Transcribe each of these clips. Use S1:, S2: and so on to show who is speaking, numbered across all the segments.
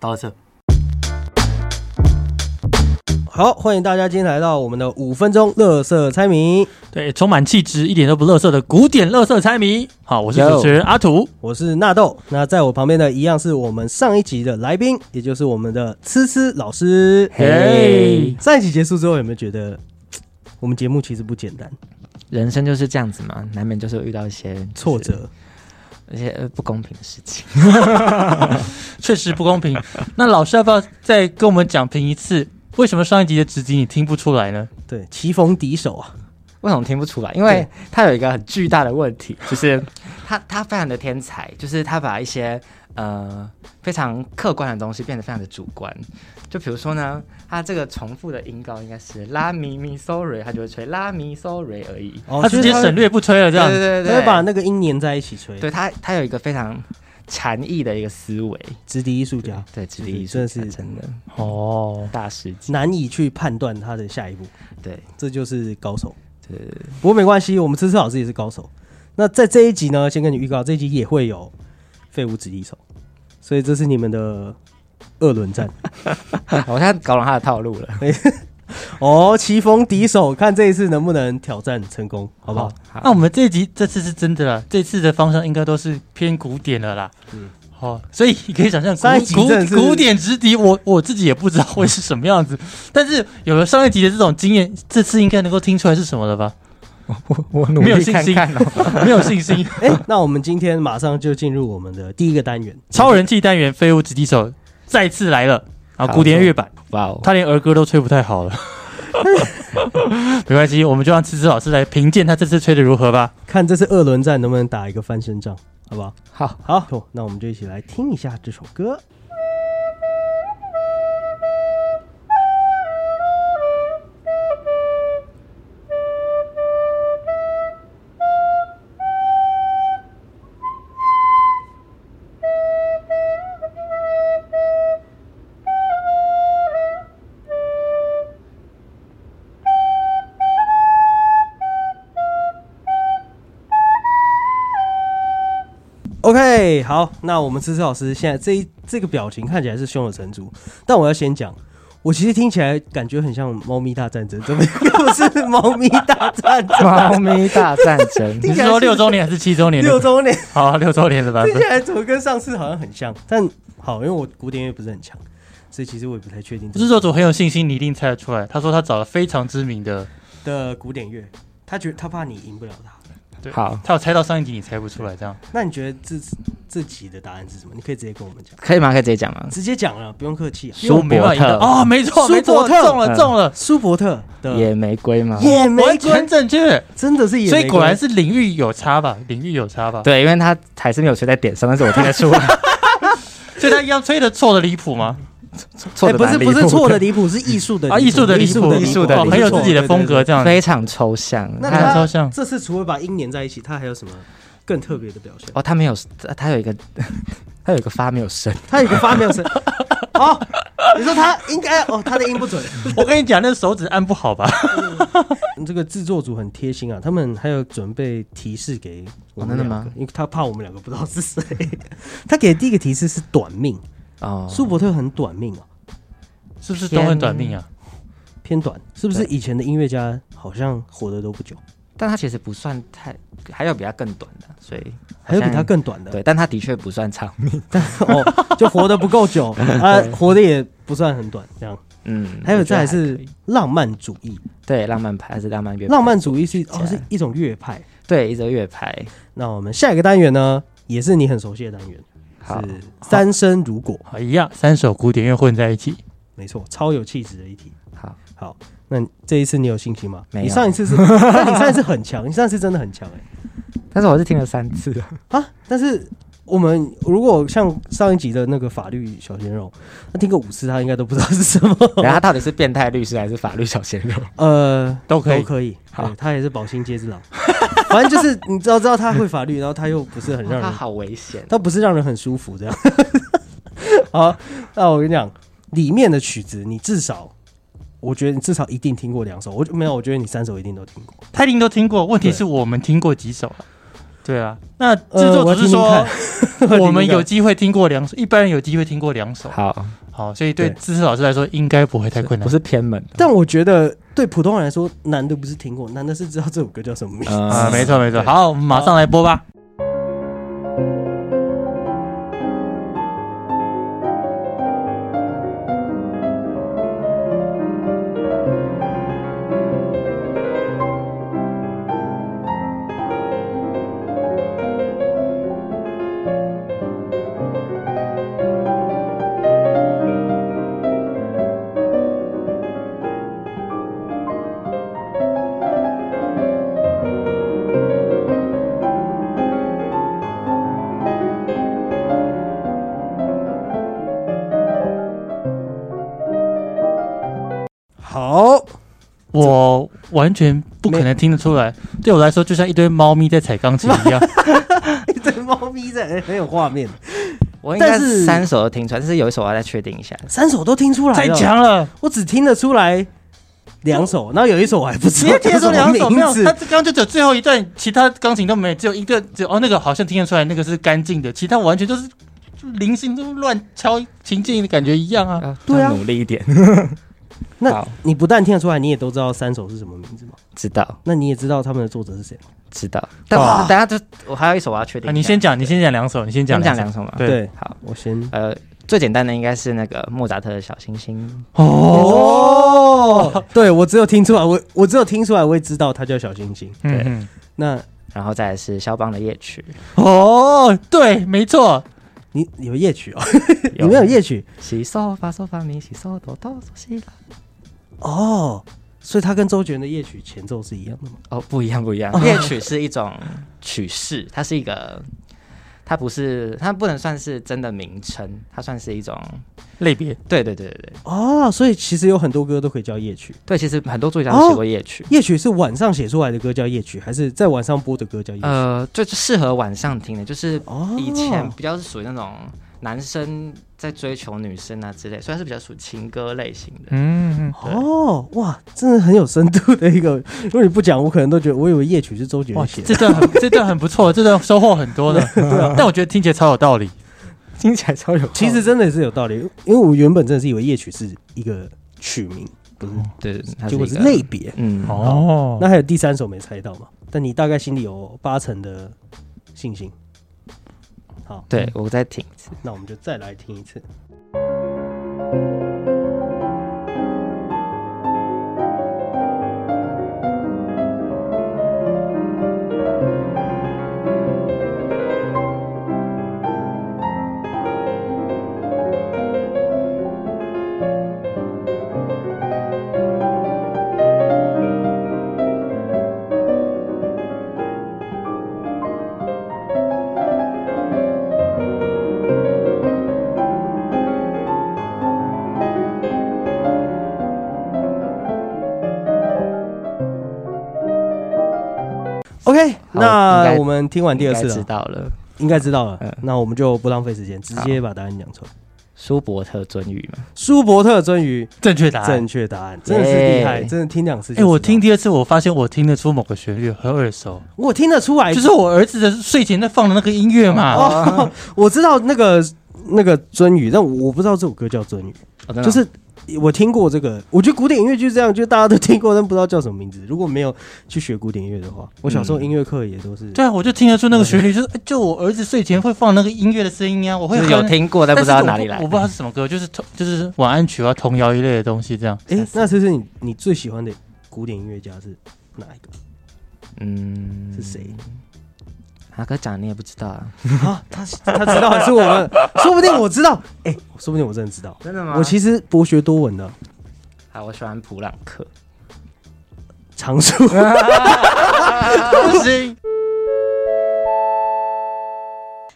S1: 到这。
S2: 好，欢迎大家今天来到我们的五分钟乐色猜谜，
S1: 对，充满气质，一点都不乐色的古典乐色猜谜。好，我是主持人阿土。
S2: 我是纳豆。那在我旁边的一样是我们上一集的来宾，也就是我们的吃吃老师。
S1: 嘿，
S2: 上一集结束之后，有没有觉得嘖我们节目其实不简单？
S3: 人生就是这样子嘛，难免就是会遇到一些
S2: 挫，折，
S3: 一些呃不公平的事情。
S1: 确实不公平。 那老师要不要再跟我们讲评一次？为什么上一集的直击你听不出来呢？
S2: 对，棋逢敌手啊，
S3: 为什么听不出来？因为他有一个很巨大的问题，就是他他非常的天才，就是他把一些呃非常客观的东西变得非常的主观。就比如说呢，他这个重复的音高应该是拉咪咪 sorry，他就会吹拉咪 sorry 而已。
S2: 哦
S1: 他直接省，略不吹了，这
S3: 对
S1: 样
S3: 对对
S2: 就是
S3: 对，
S2: 他会把那个音粘在一起吹，
S3: 对他他有一个非常禅意的一个思维，
S2: 直笛艺术家
S3: 对，直立艺术
S2: 真的
S3: 家
S2: 是
S3: 真的
S1: 哦。
S3: 大师级，
S2: 难以去判断他的下一步，
S3: 对。
S2: 这就是高手。
S3: 对对
S2: 不过没关系，我们吃吃老师也是高手。那在这一集呢，先跟你预告，这一集也会有废物直敌手，所以这是你们的二轮战
S3: 我现在搞懂他的套路了，
S2: 哦，棋逢敌手，看这一次能不能挑战成功，好
S3: 好
S2: 不好？？
S3: 好
S1: 那我们这一集这次是真的了，这次的方向应该都是偏古典了啦。嗯
S2: 嗯，
S1: 好、所以你可以想象
S2: 上一集
S1: 古
S2: 真的是
S1: 古古典直笛，我我自己也不知道会是什么样 子，但是有了上一集的这种经验，这次应该能够听出来是什么了吧？
S3: 我我努
S1: 没有
S3: 力
S1: 信
S3: 看
S1: 心
S3: 看哦。
S1: 没有信心，
S2: 哎、那我们今天马上就进入我们的第一个单元，
S1: 超人气单元废物直笛手再次来了。啊，
S3: 好
S1: 古典乐版，
S3: 哇哦，
S1: 他连儿歌都吹不太好了， 没关系，我们就让芝芝老师来评鉴他这次吹的如何吧。
S2: 看这次二轮战能不能打一个翻身仗，好不好？
S3: 好，
S2: 好，那我们就一起来听一下这首歌。OK，好，那我们思思老师现在这一这个表情看起来是胸有成竹，但我要先讲，我其实听起来感觉很像《猫咪大战争》，怎么又是《猫咪大战争》
S3: 猫咪大战争
S1: 你是说六周年还是七周年啊的？
S2: 六周年？
S1: 好，六周年的版
S2: 听
S1: 本
S2: 起。来怎么跟上次好像很像？但好，因为我古典乐不是很强，所以其实我也不太确定。
S1: 制作组很有信心，你一定猜得出来。他说他找了非常知名的，
S2: 的古典乐，他觉得他怕你赢不了他。
S1: 对
S3: 好，
S1: 他有猜到上一集你猜不出来，这样
S2: 那你觉得这这集的答案是什么？你可以直接跟我们讲，
S3: 可以吗？可以直接讲吗？
S2: 直接讲了，不用客气啊。
S1: 因为我没办法赢的
S3: 舒伯特
S1: 哦，没错，
S2: 舒
S1: 没错，
S2: 伯特
S1: 中了，
S3: 嗯
S1: 中了，
S2: 舒伯特的
S3: 野玫瑰吗？
S2: 野玫
S1: 完全
S2: 瑰
S1: 正确。
S2: 真的是野玫
S1: 所
S2: 瑰，
S1: 以果然是领域有差吧，领域有差吧。
S3: 对，因为他还是没有吹在点上，但是我听得 出来，
S1: 所以他一样吹的错的离谱吗？
S3: 错
S2: 哎，
S3: 的
S2: 不
S3: 蛮
S2: 是
S3: 离
S2: 不
S3: 谱的
S2: 是错的， 离谱，是艺术的
S1: 啊，
S2: 离
S1: 艺
S2: 谱
S1: 术的离谱，
S3: 艺术的
S1: 哦
S3: 离谱
S1: 很有自己的风。格，
S2: 对对对
S1: 这样。
S3: 非常抽象。
S2: 那
S1: 看得
S3: 他
S2: 他
S1: 超像
S2: 这次除了把音粘在一起，他还有什么更特别的表现？
S3: 哦，他没有，他有一个，他有一个发没有声，
S2: 他有一个发 没有声。哦，你说他应该哦，他的音不准。
S1: 我跟你讲，那手指按不好吧？
S2: 这个制作组很贴心啊，他们还有准备提示给我们
S3: 哦真的
S2: 两个
S3: 吗，
S2: 因为他怕我们两个不知道是谁。 他给的第一个提示是短命，
S3: 哦，
S2: 舒伯特很短命啊，
S1: 是不是都很短命啊？
S2: 偏短，是不是
S3: 对
S2: 以前的音乐家好像活的都不久，
S3: 但他其实不算太，还有比他更短的，所以
S2: 还有比他更短的？
S3: 对，但他的确不算长命。
S2: 哦，就活得不够 久，啊，活得也不算很短，这样。
S3: 嗯，
S2: 还有再来
S3: 我觉得还
S2: 是
S3: 可以
S2: 浪漫主义，
S3: 对浪漫派还是浪漫乐派？
S2: 浪漫主义是
S3: 起来
S2: 哦是一种乐派。
S3: 对，一个乐派。
S2: 那我们下一个单元呢，也是你很熟悉的单元，
S3: 好，
S2: 是三生如果，
S1: 好一样，三首古典乐混在一起。
S2: 没错，超有气质的一题。
S3: 好，
S2: 好，那你这一次你有信心吗？
S3: 没有
S2: 你上一次 是，但你上一次很强，你上一次真的很强哎、
S3: 但是我是听了三次。
S2: 啊！但是我们如果像上一集的那个法律小鲜肉，他听个五次他应该都不知道是什 么。
S3: 然后他到底是变态律师还是法律小鲜肉？
S2: 呃，
S1: 都可以
S2: 都可以。
S3: 好
S2: 对他也是饱心皆知郎。 反正就是你知道知道他会法律，然后他又不是很让
S3: 他
S2: 人，
S3: 好危险。
S2: 他不是让人很舒服这样。 好，那我跟你讲，里面的曲子你至少，我觉得你至少一定听过两首，我就没有，我觉得你三首一定都听过。
S1: 他一定都听过，问题是我们听过几首啊？对啊，那制作只是说、
S2: 呃
S1: 我们有机会听过两首，一般人有机会听过两
S2: 哦
S1: 首。
S3: 好，
S1: 好，所以对
S2: 对
S1: 知识老师来说应该不会太困难
S3: 不。是偏门的
S2: 但我觉得对普通人来说，难的不是听过，难的是知道这首歌叫什么名字。
S3: 嗯
S1: 啊，没错没错。
S2: 对
S1: 好，我们马上来播吧。
S2: 好，
S1: 我完全不可能听得出来，对我来说就像一堆猫咪在踩钢琴一样。
S2: 哎这猫咪在哎很有画面，
S3: 我应该
S2: 但是
S3: 三首都听出来，但是有一首我要再确定一下。
S2: 三首都听出 来
S1: 太
S2: 了，
S1: 强了！
S2: 我只听得出来两首，然后有一首我还不知
S1: 你
S2: 道
S1: 也听得出两首没有
S2: 叫？什么
S1: 他
S2: 名字
S1: 刚刚就只有最后一段，其他钢琴都没有，只有一个，只有哦那个好像听得出来，那个是干净的，其他完全都是就零星都乱敲琴键的感觉一样啊。
S3: 啊
S2: 对啊
S3: 要努力一点。
S2: 那
S3: 好
S2: 你不但听得出来，你也都知道三首是什么名字吗？
S3: 知道，
S2: 那你也知道他们的作者是谁吗？
S3: 知道。但
S1: 哇
S3: 我等下就我还有一首我要确定一
S1: 啊，
S3: 下。
S1: 你先讲，你先讲两首，你先
S3: 你
S1: 讲
S3: 呃讲
S1: 首
S3: 两首嘛。
S1: 对
S3: 好，
S2: 我先
S3: 呃，最简单的应该是那个莫扎特的小星星。
S2: 哦，对我只有听出来，我我只有听出来，我也知道他叫小星星。
S1: 嗯嗯，
S2: 那
S3: 然后再来是肖邦的夜曲，
S1: 哦，对，没错，
S2: 你有夜曲哦， 你没有夜曲
S3: 西嗦发嗦发咪西嗦哆哆嗦西啦。
S2: 哦，所以他跟周杰伦的夜曲前奏是一样的吗？
S3: 哦，不一样，不一样。夜曲是一种曲式，它是一个，它不是，它不能算是真的名称，它算是一种，
S1: 类别
S3: 对对对对对
S2: 哦，所以其实有很多歌都可以叫夜曲。
S3: 对。其实很多作曲家都写过夜曲，
S2: 夜曲是晚上写出来的歌叫夜曲，还是在晚上播的歌叫夜曲？
S3: 呃，最适合晚上听的，就是
S2: 哦
S3: 以前比较是属于那种男生在追求女生啊之类，虽然是比较属于情歌类型的。
S1: 嗯，
S2: 哦，哇，真的很有深度的一个。 如果你不讲，我可能都觉得我以为夜曲是周杰
S1: 哇，
S2: 伦写的。
S1: 这段很这段很不错，这段收获很多的，但我觉得听起来超有道理。
S3: 听起来超有。
S2: 其实真的也是有道理，因为我原本真的是以为夜曲是一个曲名，不是，
S3: 对，对对哦它
S2: 结果
S3: 一
S2: 是
S3: 个
S2: 类别。
S3: 嗯，
S1: 哦
S2: 那还有第三首没猜到嘛？但你大概心里有八成的信心。好，
S3: 对，我再听一次。
S2: 那我们就再来听一次。OK，那我们听完第二次
S3: 应该知
S2: 了，
S3: 道了，
S2: 应该知道了
S3: 嗯。
S2: 那我们就不浪费时间，直接把答案讲出来。
S3: 舒伯特鳟鱼嘛，
S2: 舒伯特鳟鱼，
S1: 正确答案
S2: 正。确答案，真的是厉害，
S3: 耶
S2: 真的听两次就知
S1: 哎，
S2: 道。
S1: 我听第二次，我发现我听得出某个旋律很耳熟，
S2: 我听得出
S3: 哎
S2: 来，
S1: 就是我儿子的睡前在放的那个音乐嘛。
S3: 啊
S2: 哦， 我知道那个那个鳟鱼，但我不知道这首歌叫鳟鱼，
S3: 哦真的吗
S2: 就是我听过这个，我觉得古典音乐就是这样，就大家都听过，但不知道叫什么名字。如果没有去学古典音乐的话，我小时候音乐课也都是。
S3: 嗯
S1: 对啊，我就听得出那个旋律，就是哎就我儿子睡前会放那个音乐的声音啊，我会
S3: 就是有
S1: 哼，
S3: 听过，但
S1: 但
S3: 不
S1: 是
S3: 知道哪里来
S1: 我不我不知道是什么歌，就是童就是晚安曲啊、童谣一类的东西这样。
S2: 哎，那这是你你最喜欢的古典音乐家是哪一个？
S3: 嗯，
S2: 是谁？
S3: 阿哥讲你也不知 道啊？
S2: 啊，他他知道是我们，说不定我知道，哎，说不定我真的知道。
S3: 真的吗
S2: 我其实博学多闻的，
S3: 好，啊我喜欢普朗 克。
S2: 常数。
S3: 不行，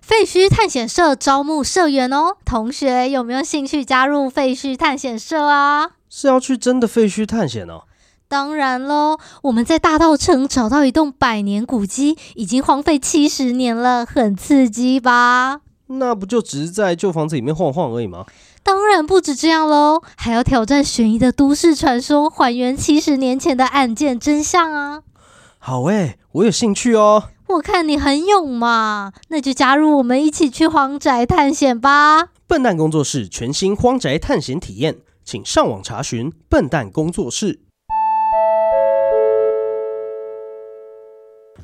S4: 废墟探险社招募社员哦，同学有没有兴趣加入废墟探险社啊？
S2: 是要去真的废墟探险哦。
S4: 当然喽，我们在大道城找到一栋百年古迹，已经荒废七十年了，很刺激吧？
S2: 那不就只是在旧房子里面晃晃而已吗？
S4: 当然不止这样喽，还要挑战悬疑的都市传说，还原七十年前的案件真相啊！
S2: 好诶、我有兴趣哦。
S4: 我看你很勇嘛，那就加入我们一起去荒宅探险吧。
S2: 笨蛋工作室全新荒宅探险体验，请上网查询笨蛋工作室。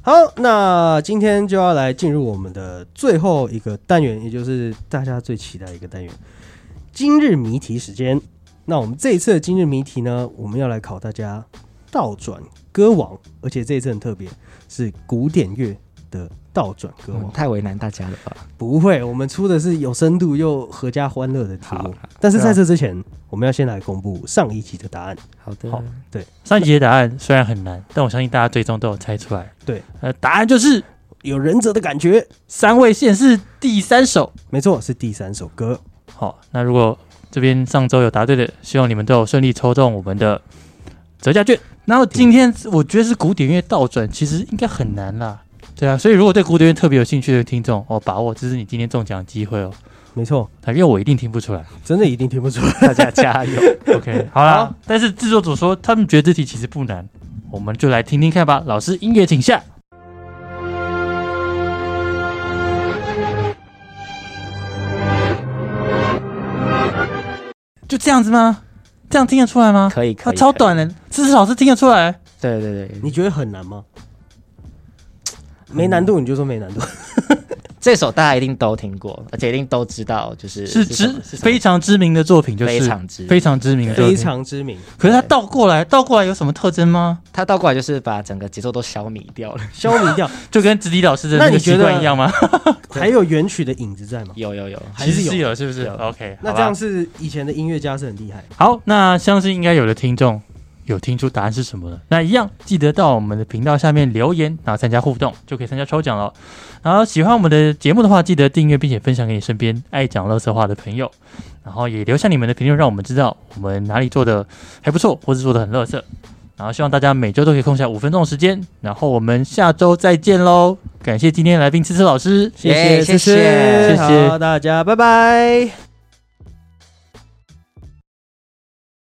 S2: 好，那今天就要来进入我们的最后一个单元，也就是大家最期待的一个单元——今日谜题时间。那我们这一次的今日谜题呢，我们要来考大家倒转歌王，而且这一次很特别，是古典乐的倒转歌王
S3: 嗯。太为难大家了吧？
S2: 不会，我们出的是有深度又合家欢乐的题
S3: 好
S2: 目
S3: 啦。
S2: 但是在这之前，我们要先来公布上一集的答案。
S3: 好的，
S2: 好
S1: 上一集的答案虽然很难，但我相信大家最终都有猜出来。
S2: 对，
S1: 呃，答案就是
S2: 有忍者的感觉，
S1: 三位线是第三首。
S2: 没错，是第三首歌。
S1: 好，那如果这边上周有答对的，希望你们都有顺利抽中我们的折价券。然后今天我觉得是古典乐倒转，其实应该很难啦。对啊，所以如果对古典乐特别有兴趣的听众，哦，把握这是你今天中奖的机会哦。
S2: 没错，
S1: 啊因为我一定听不出来。
S2: 真的一定听不出来。
S3: 大家加油！
S1: OK，好啦。但是制作组说他们觉得这题其实不难，我们就来听听看吧。老师，音乐请下。就这样子吗？这样听得出来吗？
S3: 可以，可
S1: 啊，
S3: 以，
S1: 超
S3: 可以
S1: 短。的，这是老师听得出来。
S3: 对对对，
S2: 你觉得很难吗？没难度你就说没难度，
S3: 这首大家一定都听过，而且一定都知道，就是
S1: 是
S3: 什
S1: 知
S3: 么是什么
S1: 非常知名的作品，就是
S3: 非常之
S1: 非常知名的作品
S2: 非。常知名。
S1: 可是它倒过来，倒过来有什么特征吗？
S3: 他倒过来就是把整个节奏都消弭掉了。
S2: 消弭掉，
S1: 就跟直笛老师的
S2: 那
S1: 那个
S2: 你觉
S1: 习惯
S2: 得
S1: 一样吗？
S2: 还有原曲的影子在吗？
S3: 有有有，
S2: 还
S1: 其实
S2: 是
S1: 是
S2: 有。
S1: 有，是不是
S3: 有
S1: ？OK，
S2: 那
S1: 好
S2: 这
S1: 吧
S2: 样是以前的音乐家是很厉害。
S1: 好，那相信应该有的听众有听出答案是什么了。那一样记得到我们的频道下面留言，然后参加互动，就可以参加抽奖了。然后喜欢我们的节目的话，记得订阅并且分享给你身边爱讲乐色话的朋友，然后也留下你们的评论，让我们知道我们哪里做的还不错，或是做的很乐色。然后希望大家每周都可以空下五分钟的时间，然后我们下周再见喽！感谢今天的来宾思思老师，
S2: 谢
S3: 耶
S2: 谢，
S3: 谢谢
S1: 谢
S2: 谢
S1: 谢
S2: 好大家，拜拜。